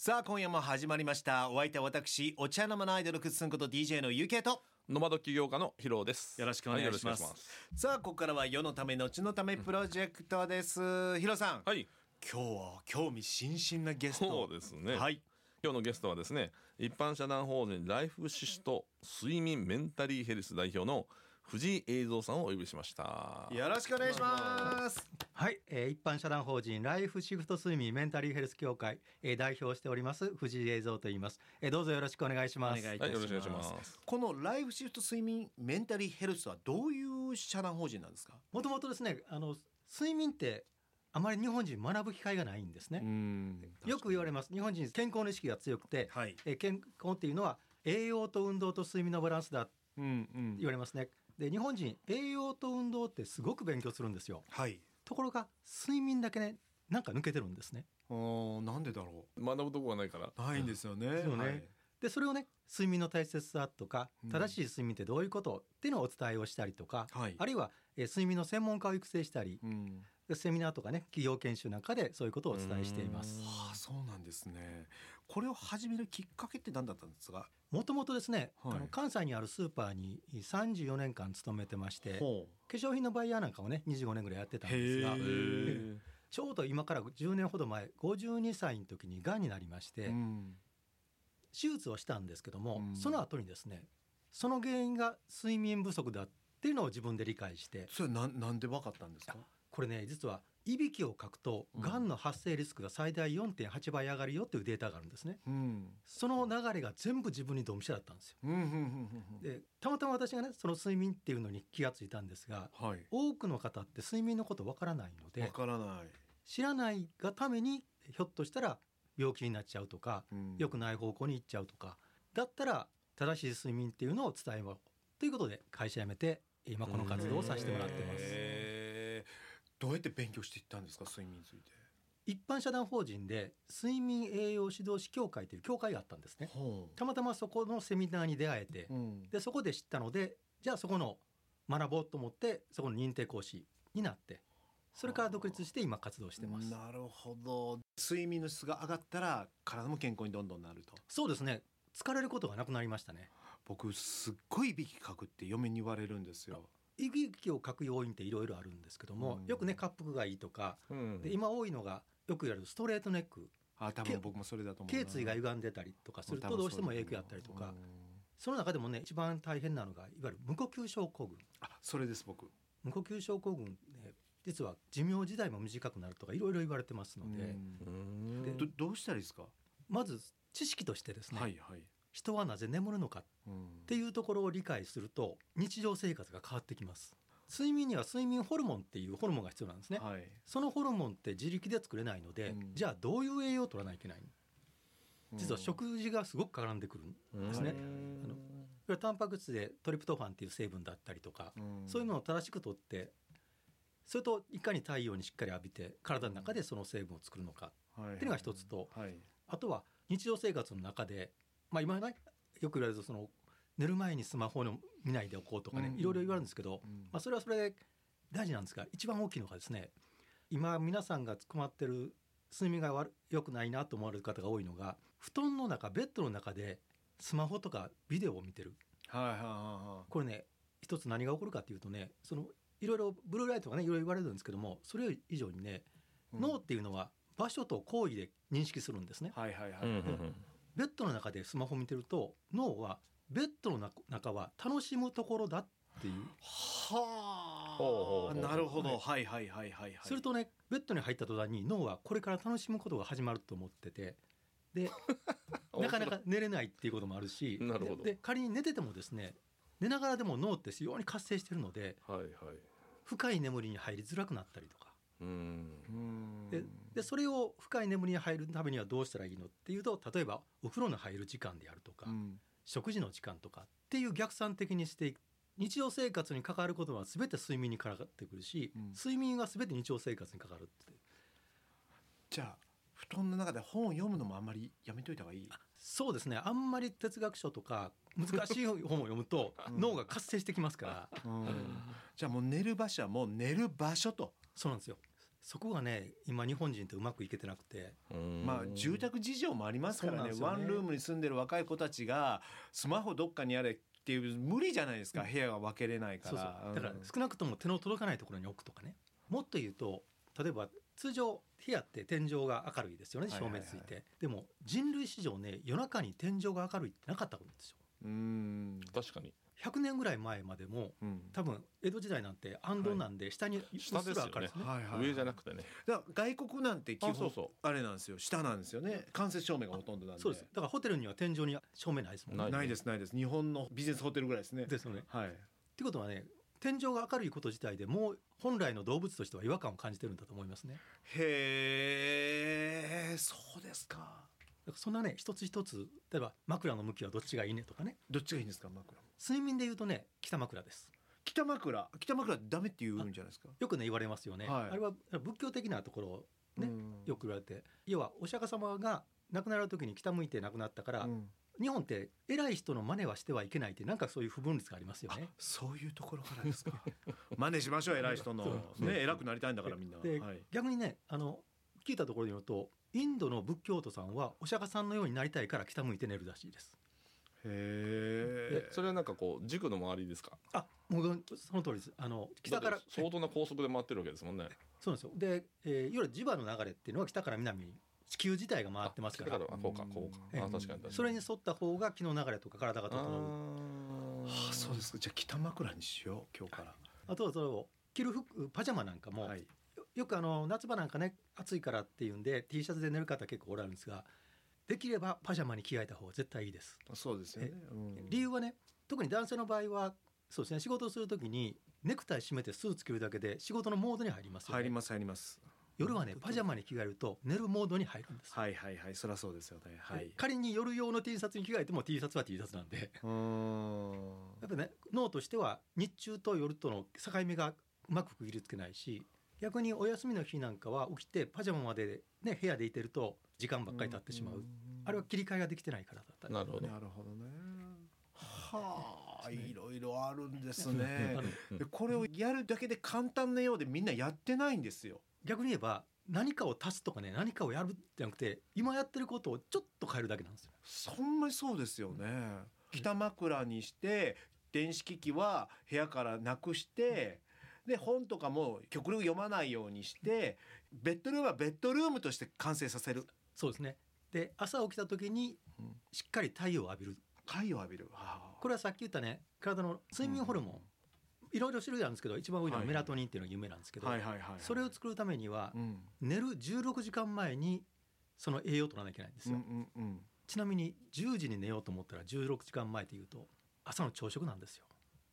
さあ今夜も始まりましたお相手は私お茶の間のアイドルくっすんこと DJ のゆうけいとノマド起業家のヒロです。よろしくお願いします,、はいよろしくお願いします。さあここからは世のため後のためプロジェクトです、ヒロさん、はい。今日は興味津々なゲストそうですね。はい。今日のゲストはですね、一般社団法人ライフシスト睡眠メンタリーヘルス代表の藤井栄三さんをお呼びしました。よろしくお願いしますはい、えー一般社団法人ライフシフト睡眠メンタリーヘルス協会、えー代表をしております藤井栄三と言います、えーどうぞよろしくお願いしますお願いはい、よろしくお願いします。このライフシフト睡眠メンタリーヘルスはどういう社団法人なんですかもともとですねあの睡眠ってあまり日本人学ぶ機会がないんですねんよく言われます日本人健康の意識が強くて、はいえー健康っていうのは栄養と運動と睡眠のバランスだってうんうん言われますねで日本人栄養と運動ってすごく勉強するんですよはいところが睡眠だけねなんか抜けてるんですねおなんでだろ学ぶとこがないからう。ないんですよね、ですよね。はいでそれをね睡眠の大切さとかうん正しい睡眠ってどういうことっていうのをお伝えをしたりとか、はいあるいは、えー睡眠の専門家を育成したり、うんセミナーとかね企業研修なんかでそういうことをお伝えしています。ああそうなんですね。これを始めるきっかけって何だったんですか。もともとですね、はいあの関西にあるスーパーに34年間勤めてまして化ほ粧品のバイヤーなんかをね25年ぐらいやってたんですへがえーちょうど今から10年ほど前52歳の時にがんになりまして、う。うん手術をしたんですけども、うんその後にですねその原因が睡眠不足だっていうのを自分で理解してそれなんなんでわかったんですか。これね実はいびきをかくとうんがんの発生リスクが最大4.8倍上がるよっていうデータがあるんですねうん。その流れが全部自分にドンピシャだったんですようんうんうんうんうん。でたまたま私がねその睡眠っていうのに気がついたんですがはい。多くの方って睡眠のことわからないのわでからない。知らないがためにひょっとしたら病気になっちゃうとかうん良くない方向に行っちゃうとかだったら正しい睡眠っていうのを伝えようということで会社辞めて今この活動をさせてもらってますへーどうやって勉強していったんですか睡眠について。一般社団法人で睡眠栄養指導士協会という協会があったんですねほたまたまそこのセミナーに出会えてう。うん。でそこで知ったのでじゃあそこの学ぼうと思ってそこの認定講師になってそれから独立して今活動してますなるほど。睡眠の質が上がったら体も健康にどんどんなると。そうですね疲れることがなくなりましたね僕すっごいいびきかくって嫁に言われるんですよ。いびきをかく要因っていろいろあるんですけども、うんよくね滑腹がいいとかうんで今多いのがよく言われるストレートネックあ多分僕もそれだと思うな。頸椎が歪んでたりとかするとどうしても影響やったりとかうんその中でもね一番大変なのがいわゆる無呼吸症候群あそれです僕。無呼吸症候群、ね、実は寿命自体も短くなるとかいろいろ言われてますので、うんうんどどうしたらいいですか、まず知識としてですね、はいはい、人はなぜ眠るのかっうんていうところを理解すると日常生活が変わってきます睡眠には睡眠ホルモンっていうホルモンが必要なんですね、はいそのホルモンって自力で作れないので、うんじゃあどういう栄養を取らないといけないの実はうん食事がすごく絡んでくるんですね、ういわんあのゆるタンパク質でトリプトファンっていう成分だったりとか、うんそういうのを正しくとってそれといかに太陽にしっかり浴びて体の中でその成分を作るのかはいっていうのが一つとはいあとは日常生活の中で、まあ、今ねよく言われるその寝る前にスマホを見ないでおこうとかね、うんいろいろ言われるんですけど、うんまあ、それはそれで大事なんですが一番大きいのがですね今皆さんが困ってる睡眠が悪良くないなと思われる方が多いのが布団の中ベッドの中でスマホとかビデオを見てるはいはいはこれね一つ何が起こるかっていうとねそのいろいろブルーライトがねいろいろ言われるんですけどもそれ以上にね、いはい脳っていうのは場所と行為で認識するんですね。はいはいはうい、んうんベッドの中でスマホ見てると脳はベッドの中中は楽しむところだっていう、ほうほはあうほうなるほどはいはいはいはいはいするとねベッドに入った途端に脳はこれから楽しむことが始まると思っててでなかなか寝れないっていうこともあるしなるほどでで仮に寝ててもですね寝ながらでも脳って非常に活性してるのではいはい。深い眠りに入りづらくなったりとかうんうんででそれを深い眠りに入るためにはどうしたらいいのっていうと例えばお風呂の入る時間であるとか、うん食事の時間とかっていう逆算的にしていく日常生活に関わることは全て睡眠に関わってくるし、うん睡眠は全て日常生活に関わるってじゃあ布団の中で本を読むのもあんまりやめといた方がいいそうですねあんまり哲学書とか難しい本を読むと うん脳が活 性してきますからうんじゃあもう寝る場所はもう寝る場所とそうなんですよそこがね今日本人ってうまくいけてなくてまあ、住宅事情もありますからねそうなワんですよねンルームに住んでる若い子たちがスマホどっかにあれっていう無理じゃないですか部屋が分けれないかそうそうら。だからうん少なくとも手の届かないところに置くとかねもっと言うと例えば通常部屋って天井が明るいですよねはい照はいは明いついて、でも人類史上ね夜中に天井が明るいってなかったんですようん確かに100年ぐらい前までもうん多分江戸時代なんて暗道なんで下にうっす下らですよ明ねるいですねはいはい上じゃなくてねだから外国なんて基あ本そうそあれなんですよ下なんですよね間接照明がほとんどなんでそうですだからホテルには天井に照明ないですもんねないないですないです日本のビジネスホテルぐらいですねですよねっはいてことはね天井が明るいこと自体でもう本来の動物としては違和感を感じてるんだと思いますねへえそうですかだからそんなね一つ一つ例えば枕の向きはどっちがいいねとかねどっちがいいんですか枕睡眠で言うとね北枕です北枕北枕ダメって言うんじゃないですかよくね言われますよね、はいあれは仏教的なところをねうんよく言われて要はお釈迦様が亡くなられる時に北向いて亡くなったから、うん日本って偉い人の真似はしてはいけないってなんかそういう不分率がありますよあね。そういうところからです か真似しましょう偉い人のそうね偉くなりたいんだからみんなで、はい逆にねあの聞いたところによるとインドの仏教徒さんはお釈迦さんのようになりたいから北向いて寝るらしいです。へえそれはなんかこう塾の周りですかあもうその通りです。あの北からだって相当な高速で回ってるわけですもんねそうなんですよ。で、えー、いわゆる磁場の流れっていうのは北から南に地球自体が回ってますからあ。こうかこうええかあ確かに確かにそれに沿った方が気の流れとか体が整う。ああそうですかじゃあ北枕にしよう今日からあとはそれを着る服パジャマなんかも、はいよくあの夏場なんかね暑いからっていうんで T シャツで寝る方結構おられるんですができればパジャマに着替えた方が絶対いいです。そうですよねうん理由はね特に男性の場合はそうですね仕事をするときにネクタイ締めてスーツ着るだけで仕事のモードに入りますよ、ね。入ります入ります夜はねパジャマに着替えると寝るモードに入るんです。はいはいはいそりゃそうですよねはい仮に夜用の T シャツに着替えても T シャツは T シャツなんでうーんやっぱね脳としては日中と夜との境目がうまく区切りつけないし逆にお休みの日なんかは起きてパジャマまで、ね、部屋でいてると時間ばっかり経ってしまう、あれは切り替えができてないからだったりなるほどなるほどねはあですねいろいろあるんですね あのうんでこれをやるだけで簡単なようでみんなやってないんですよ逆に言えば何かを足すとかね何かをやるじゃなくて今やってることをちょっと変えるだけなんですよ。ほんまにそうですよね北枕にして電子機器は部屋からなくしてで本とかも極力読まないようにしてベッドルームはベッドルームとして完成させるそうですねで朝起きた時にうんしっかり太陽を浴びる貝を浴びるああこれはさっき言ったね体の睡眠ホルモン、いろいろ種類あるんですけど一番多いのはメラトニンっていうのが有名なんですけど、はいはいはいはいそれを作るためにはうん寝る16時間前にその栄養を取らなきゃいけないんですうんよ、うんうんちなみに10時に寝ようと思ったら16時間前っていうと朝の朝食なんですよ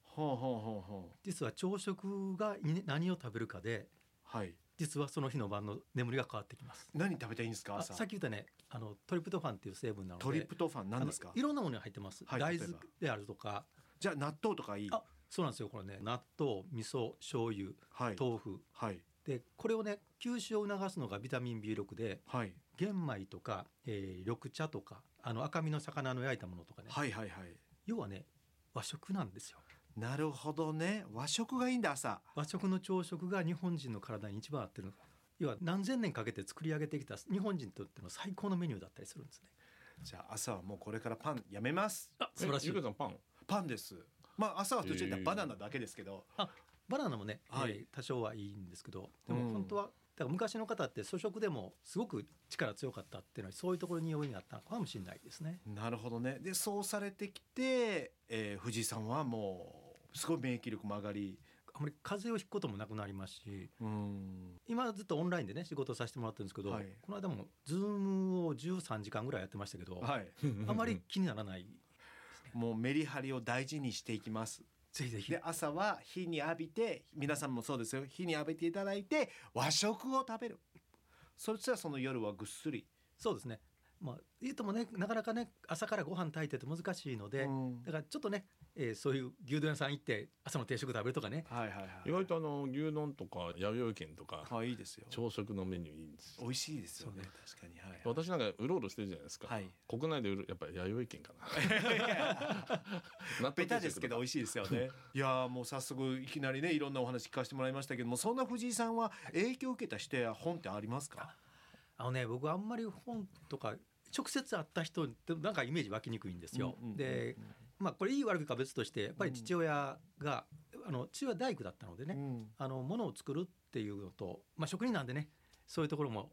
ほうほうほうほ実は朝食がい何を食べるかうではい実はその日の晩の眠りが変わってきます何食べたらいいんですかあ朝さっき言ったねあのトリプトファンっていう成分なのでトリプトファンあ何のですかいろんなものに入ってます、はい大例え豆ばであるとかじゃあ納豆とかいいあそうなんですよこれね納豆味噌醤油はい豆腐はいでこれをね吸収を促すのがビタミン B6 ではい玄米とか、えー緑茶とかあの赤身の魚の焼いたものとかね、はいはいはい要はね和食なんですよなるほどね和食がいいんだ朝和食の朝食が日本人の体に一番合ってるの要は何千年かけて作り上げてきた日本人にとっての最高のメニューだったりするんですねじゃあ朝はもうこれからパンやめますあえゆうかさんパンパンですまあ朝は途中へでーバナナだけですけど、バナナもね、はいえー多少はいいんですけどでうんも本当は、だから昔の方って粗食でもすごく力強かったっていうのはそういうところに要因があったのかもしれないですねなるほどねでそうされてきて、えー藤井さんはもうすごい免疫力も上がりあまり風邪をひくこともなくなりますしうん今ずっとオンラインでね仕事をさせてもらってるんですけど、はいこの間もズームを13時間ぐらいやってましたけど、はいあまり気にならないもうメリハリを大事にしていきますぜひぜひで朝は火に浴びて皆さんもそうですよ火に浴びていただいて和食を食べるそしたらその夜はぐっすりそうですねまあ、言うともねなかなかね朝からご飯炊いてって難しいので、うんだからちょっとね、えーそういう牛丼屋さん行って朝の定食食べるとかねはいはいはい意外とあの牛丼とか弥生県とかあいいですよ朝食のメニューいいんですよ美味しいですよねそ確かにはい 私なんかうろうろしてるじゃないですか、はい国内でうるやっぱり弥生県かな 納ベ豆定食とかタですけど美味しいですよね いやーもう早速いきなりねいろんなお話聞かせてもらいましたけどもそんな藤井さんは影響を受けた人や本ってありますかあのね僕あんまり本とか直接会った人ってなんかイメージ湧きにくいんですよ。うんうんうんでまあこれいい悪いか別としてやっぱり父親が、あの父親は大工だったのでね、うんあの物を作るっていうのと、まあ、職人なんでねそういうところも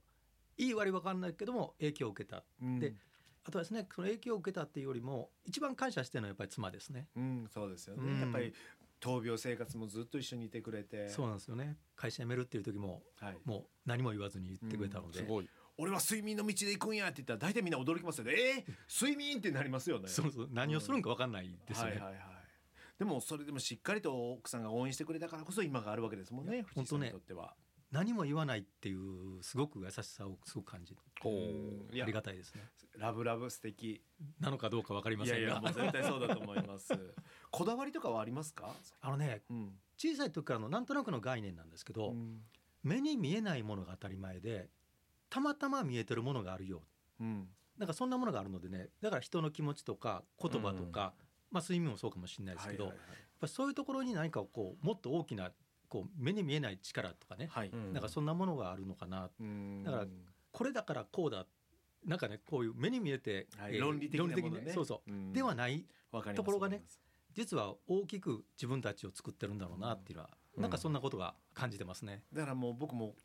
いい悪い分かんないけども影響を受けたうんであとはですねその影響を受けたっていうよりも一番感謝してるのはやっぱり妻ですね。うんそうですよね、うんやっぱり闘病生活もずっと一緒にいてくれてそうなんですよね会社辞めるっていう時もはい、もう何も言わずに言ってくれたので、すごい俺は睡眠の道で行くんやって言ったら大体みんな驚きますよねえー、睡眠ってなりますよねそうそう何をするんか分かんないですよね。はいはいはいでもそれでもしっかりと奥さんが応援してくれたからこそ今があるわけですもんね藤井さんにとっては、何も言わないっていうすごく優しさをすごく感じるこういやありがたいですねラブラブ素敵なのかどうか分かりまいせんやがいやもう絶対そうだと思います こだわりとかはありますか、あのねうん小さい時からのなんとなくの概念なんですけど、うん目に見えないものが当たり前でたまたま見えてるものがあるようんなんかそんなものがあるのでねだから人の気持ちとか言葉とか、まあ睡眠もそうかもしれないですけど、はいやっぱそういうところに何かこうもっと大きなこう目に見えない力とかね、はいはい、はいうんなんかそんなものがあるのかなうんだからこれだからこうだなんかねこういう目に見えて、はいえー論理的なものねそうそう、うんではないわかりますところがねわかります実は大きく自分たちを作ってるんだろうなっていうのは、うんなんかそんなことが感じてますね。だからもう僕も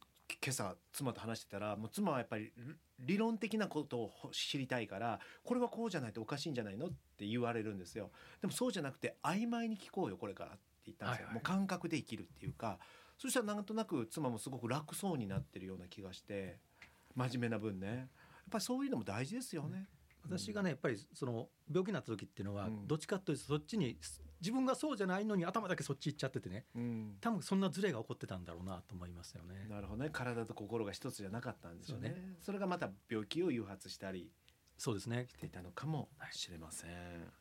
今朝妻と話してたらもう妻はやっぱり理論的なことを知りたいからこれはこうじゃないとおかしいんじゃないのって言われるんですよでもそうじゃなくて曖昧に聞こうよこれからって言ったんですよ、はいはいもう感覚で生きるっていうかそしたらなんとなく妻もすごく楽そうになってるような気がして真面目な分ねやっぱりそういうのも大事ですよね。私がねやっぱりその病気になった時っていうのは、うんどっちかというとそっちに自分がそうじゃないのに頭だけそっち行っちゃっててねうん多分そんなズレが起こってたんだろうなと思いますよね。なるほどね体と心が一つじゃなかったんでしょうねそうそれがまた病気を誘発したりそうですねしていたのかもしれません、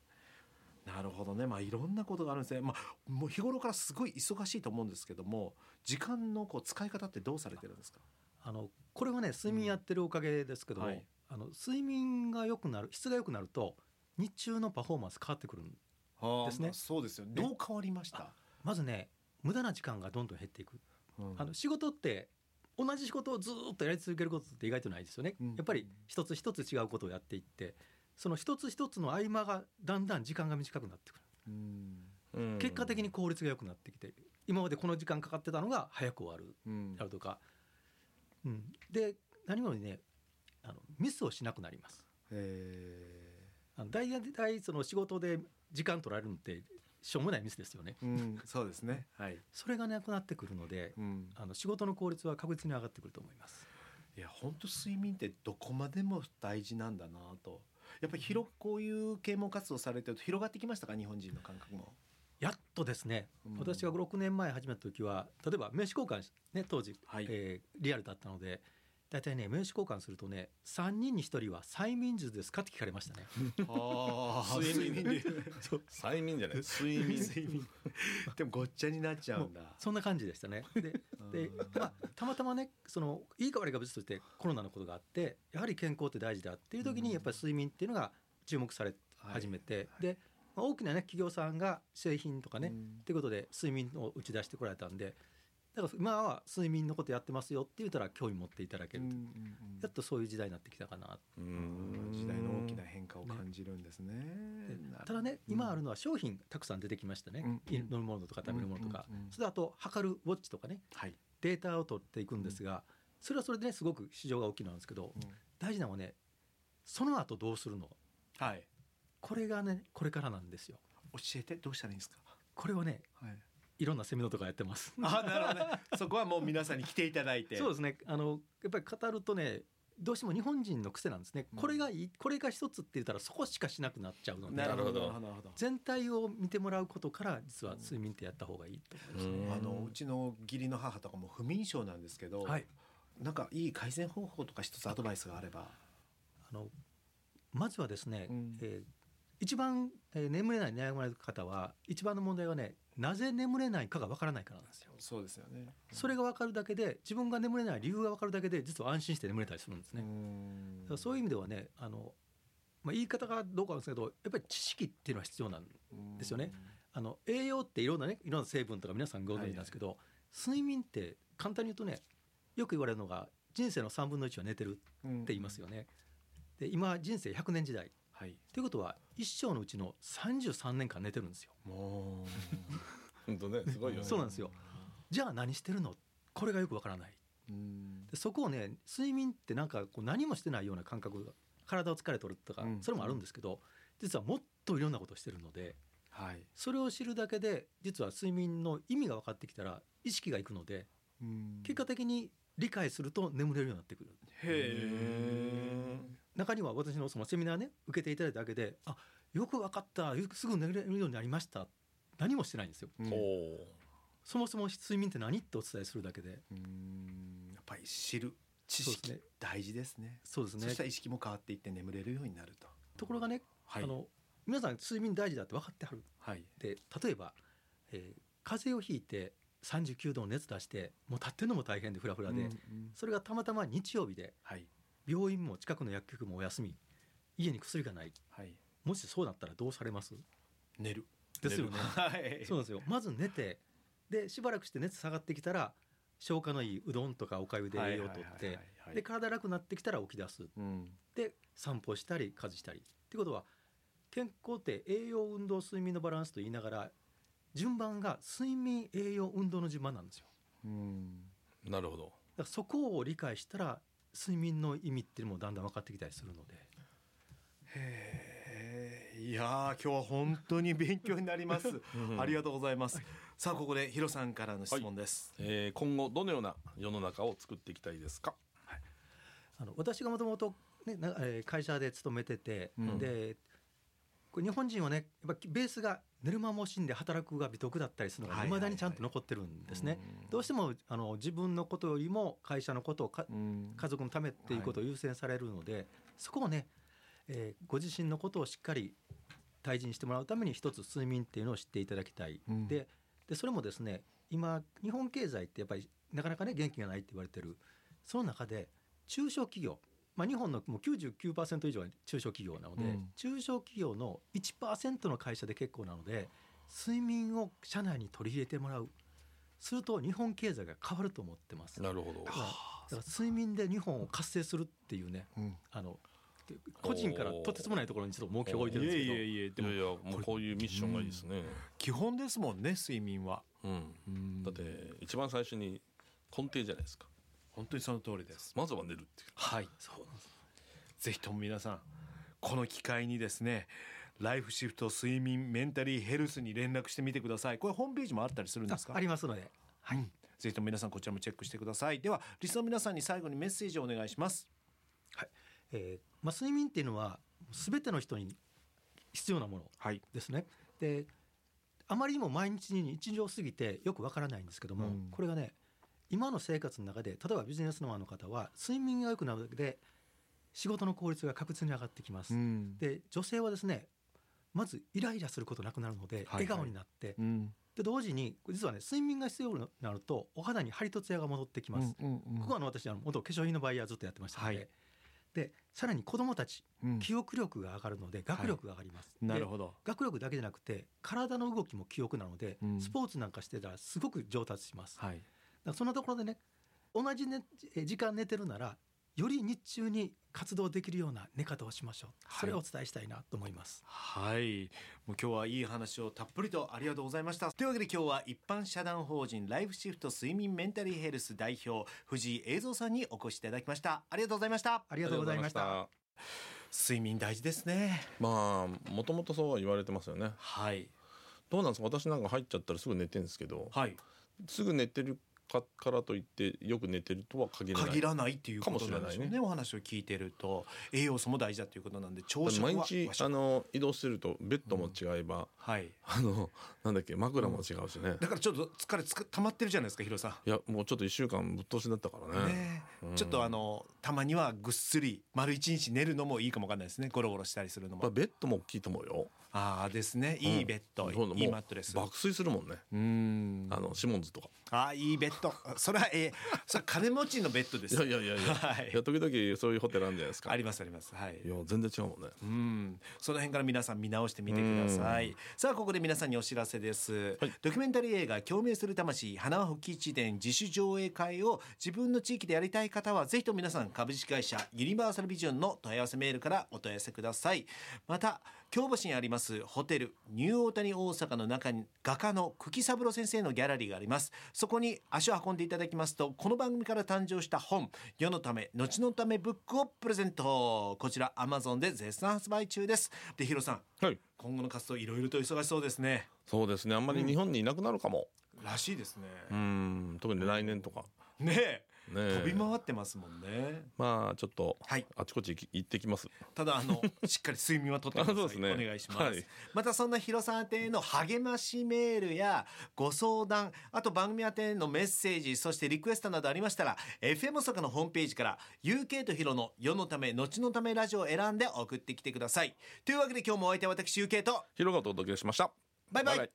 なるほどねまあいろんなことがあるんですねまあもう日頃からすごい忙しいと思うんですけども時間のこう使い方ってどうされてるんですかあのこれはね睡眠やってるおかげですけども、はいあの睡眠が良くなる質が良くなると日中のパフォーマンス変わってくるんですねまあそうですよどう変わりました、まずね無駄な時間がどんどん減っていく、うんあの仕事って同じ仕事をずーっとやり続けることって意外とないですよね、うんやっぱり一つ一つ違うことをやっていってその一つ一つの合間がだんだん時間が短くなってくるうんうん結果的に効率が良くなってきて今までこの時間かかってたのが早く終わるうんやるとか、うん、で何よりねあのミスをしなくなりますえあの大体その仕事で時間取られるのってしょうもないミスですよねーうん、そうですねはい、それがなくなってくるのでうん、あの仕事の効率は確実に上がってくると思いますいや本当睡眠ってどこまでも大事なんだなとやっぱり広くこういう啓蒙活動されてると広がってきましたか日本人の感覚も。やっとですね、うん私が56年前始めた時は例えば名刺交換しね当時、はいえーリアルだったので大体ね名刺交換するとね3人に1人は催眠術ですかって聞かれましたねあー 睡眠睡そう催眠じゃない睡眠眠睡眠でもごっちゃになっちゃうんだ。そんな感じでし たねででうん まあたまたまねそのいいか悪いか別としてコロナのことがあってやはり健康って大事だっていう時うんにやっぱり睡眠っていうのが注目されはい始めて、で、まあ大きなね企業さんが製品とかね、うっんていうことで睡眠を打ち出してこられたんでだから今は睡眠のことやってますよって言ったら興味持っていただけうるんうと、んうんやっとそういう時代になってきたかなううんん時代の大きな変化を感じるんですね。なるほどただね、今あるのは商品たくさん出てきましたね、うん飲み物とか食べるものとか、うんうんうんそれとあと測るウォッチとかねはい。データを取っていくんですが、それはそれでねすごく市場が大きいのなんですけど、大事なのはねその後どうするのはい。これがねこれからなんですよ教えてどうしたらいいんですか。これはねはい。いろんなセミナーとかやってます あなるほどね。そこはもう皆さんに来ていただいて。そうですねあのやっぱり語るとねどうしても日本人の癖なんですねうんこれがいいこれが一つって言ったらそこしかしなくなっちゃうのでなるほなるどほどなるほど。全体を見てもらうことから実は睡眠ってやった方がいいと思いますね、あのうちの義理の母とかも不眠症なんですけど、はいなんかいい改善方法とか一つアドバイスがあれば、あのまずはですね、うんえー一番、えー眠れない悩まれる方は一番の問題はねなぜ眠れないかがわからないからなんですよ。そうですよね。それがわかるだけで自分が眠れない理由がわかるだけで実は安心して眠れたりするんですね。だからそういう意味ではねあの、まあ、言い方がどうかなんですけどやっぱり知識っていうのは必要なん味ですよね。あの栄養っていろんなねいろんな成分とか皆さんご存知なんですけど、睡眠って簡単に言うとねよく言われるのが人生の3分の1は寝てるってうん言います。よね。で今人生100年時代はい。ということは一生のうちの33年間寝てるんですよ。も本当ねすごいよう。ねそうなんですよ。じゃあ何してるのこれがよくわからない。うん。でそこをね睡眠ってなんかこう何もしてないような感覚が体を疲れとるとか、うんそれもあるんですけど実はもっといろんなことをしてるのではい。それを知るだけで実は睡眠の意味が分かってきたら意識がいくのでうん結果的に理解すると眠れるようになってくるへえ。中には私のそのセミナーね受けていただいただけであよく分かったよくすぐ寝れるようになりました何もしてないんですようんおそもそも睡眠って何ってお伝えするだけでうんやっぱり知る知そう識です大事ですね。そうですそねしたら意識も変わっていって眠れるようになると。ところがね、はいあ。の皆さん睡眠大事だって分かってはるはい。で例えば、えー風邪をひいて39度の熱出してもう立ってるのも大変でフラフラで、うんうんそれがたまたま日曜日ではい。病院も近くの薬局もお休み家に薬がないはい。もしそうだったらどうされます寝る。ですよねはい。 そうなんですよまず寝てでしばらくして熱下がってきたら消化のいいうどんとかおかゆで栄養をとっはいてはいはいはいで体楽になってきたら起き出すうん。で散歩したり家事したりってことは健康って栄養運動睡眠のバランスと言いながら順番が睡眠栄養運動の順番なんですようん。ーなるほどだからそこを理解したら睡眠の意味っていうのもだんだん分かってきたりするのでへえ。いやー今日は本当に勉強になり ます。ありがとうございます。さあここでヒロさんからの質問です。えー今後どのような世の中を作っていきたいですかあの私がもともとねなえー会社で勤めてて、うんでこれ日本人はねやっぱベースが寝る間も惜しんで働くが美徳だったりするのがはいいはいはまいだにちゃんと残ってるんですね。んどうしてもあの自分のことよりも会社のことをかうん家族のためっていうことを優先されるので、そこをね、えーご自身のことをしっかり退陣してもらうために一つ睡眠っていうのを知っていただきたい、うんででそれもですね今日本経済ってやっぱりなかなかね元気がないって言われてるその中で中小企業、まあ、日本のもう99%以上は中小企業なので、うん中小企業の1%の会社で結構なので睡眠を社内に取り入れてもらうすると日本経済が変わると思ってます。なるほどだからだから睡眠で日本を活性するっていうねうんあの個人からとてつもないところにちょっと儲けを置いてるんですけどいえいやいやもうこういうミッションがいいですね基本ですもんね睡眠は。うんだって一番最初に根底じゃないですか本当にその通りです。まずは寝るっていうはい。そうなんですぜひとも皆さんこの機会にですね。ライフシフト睡眠メンタリーヘルスに連絡してみてください。これホームページもあったりするんですかああ？りますのではい。ぜひとも皆さんこちらもチェックしてください。ではリスナーの皆さんに最後にメッセージをお願いします。えーまあ、睡眠っていうのは全ての人に必要なものはい。ですね。であまりにも毎日に日常すぎてよくわからないんですけども、うんこれがね今の生活の中で例えばビジネスマンの方は睡眠が良くなるだけで仕事の効率が確実に上がってきます。ん。で女性はですねまずイライラすることなくなるので、はい笑顔になってうん。で同時に実はね睡眠が必要になるとお肌にハリとツヤが戻ってきます、うんうんここはあの私あの元化粧品のバイヤーずっとやってましたので、はいでさらに子どもたちうん記憶力が上がるので学力が上がります、なるどほど。学力だけじゃなくて体の動きも記憶なので、うんスポーツなんかしてたらすごく上達します、はい。だからそんなところでね同じ、ね、え時間寝てるならより日中に活動できるような寝方をしましょう、はいそれをお伝えしたいなと思いますはい。もう今日はいい話をたっぷりとありがとうございました。というわけで今日は一般社団法人ライフシフト睡眠メンタリーヘルス代表藤井栄三さんにお越しいただきました。ありがとうございました。ありがとうございましたあ睡眠大事ですね。りがとうございましたまあもともとそうは言われてますよねはい。どうなんですか私なんか入っちゃったらすぐ寝てるんですけどはい。すぐ寝てるかからといってよく寝てるとは限らない限らないっていうことなんかもでししょれなういね。お話を聞いてると栄養素も大事だということなんで朝食は毎日和あ食の移動してるとベッドも違えば、はい。あのなんだっけ枕も違うしね、だからちょっと疲れつく溜まってるじゃないですか、ヒロさん。いやもうちょっと1週間ぶっ通しだったからねねえちょっとあのたまにはぐっすり丸一日寝るのもいいかもわかんないですねゴロゴロしたりするのやっぱもベッドも大きいと思うよああですねいいベッド、そうだいいもうマットレス爆睡するもんねうんあのシモンズとかあいいベッドそれはええそれは金持ちのベッドでいすやいやいやい や,、はいい、や時々そういうホテルあるんじゃないですかありますありますはいいや全然違うもんねうん、その辺から皆さん見直してみてください。さあ、ここで皆さんにお知らせです。はいドキュメンタリー映画、共鳴する魂、花は復帰地点、自主上映会を自分の地域でやりたい方は、ぜひとも皆さん、株式会社、ユニバーサルビジョンの問い合わせメールからお問い合わせください。また、京橋にありますホテル、ニューオータニ大阪の中に、画家の久喜三郎先生のギャラリーがあります。そこに足を運んでいただきますと、この番組から誕生した本、世のため、後のためブックをプレゼント。こちら、Amazon で絶賛発売中です。で、ヒロさん、はい今後の活動、いろいろと忙しそうですね。そうですねあんまり日本にいなくなるかもらしいですね。うん特に来年とかねえ、ね飛び回ってますもんね。まあちょっとはい。あちこち行き行ってきますただあ のしっかり睡眠はとってくだあそうさでい、すねお願いします、はいまたそんなヒロさん宛ての励ましメールやご相談あと番組宛てのメッセージそしてリクエストなどありましたら FM そかのホームページから UK とヒロの世のため後のためラジオを選んで送ってきてくださいというわけで今日もお相手は私 UK と広がお届けしましたバイバイ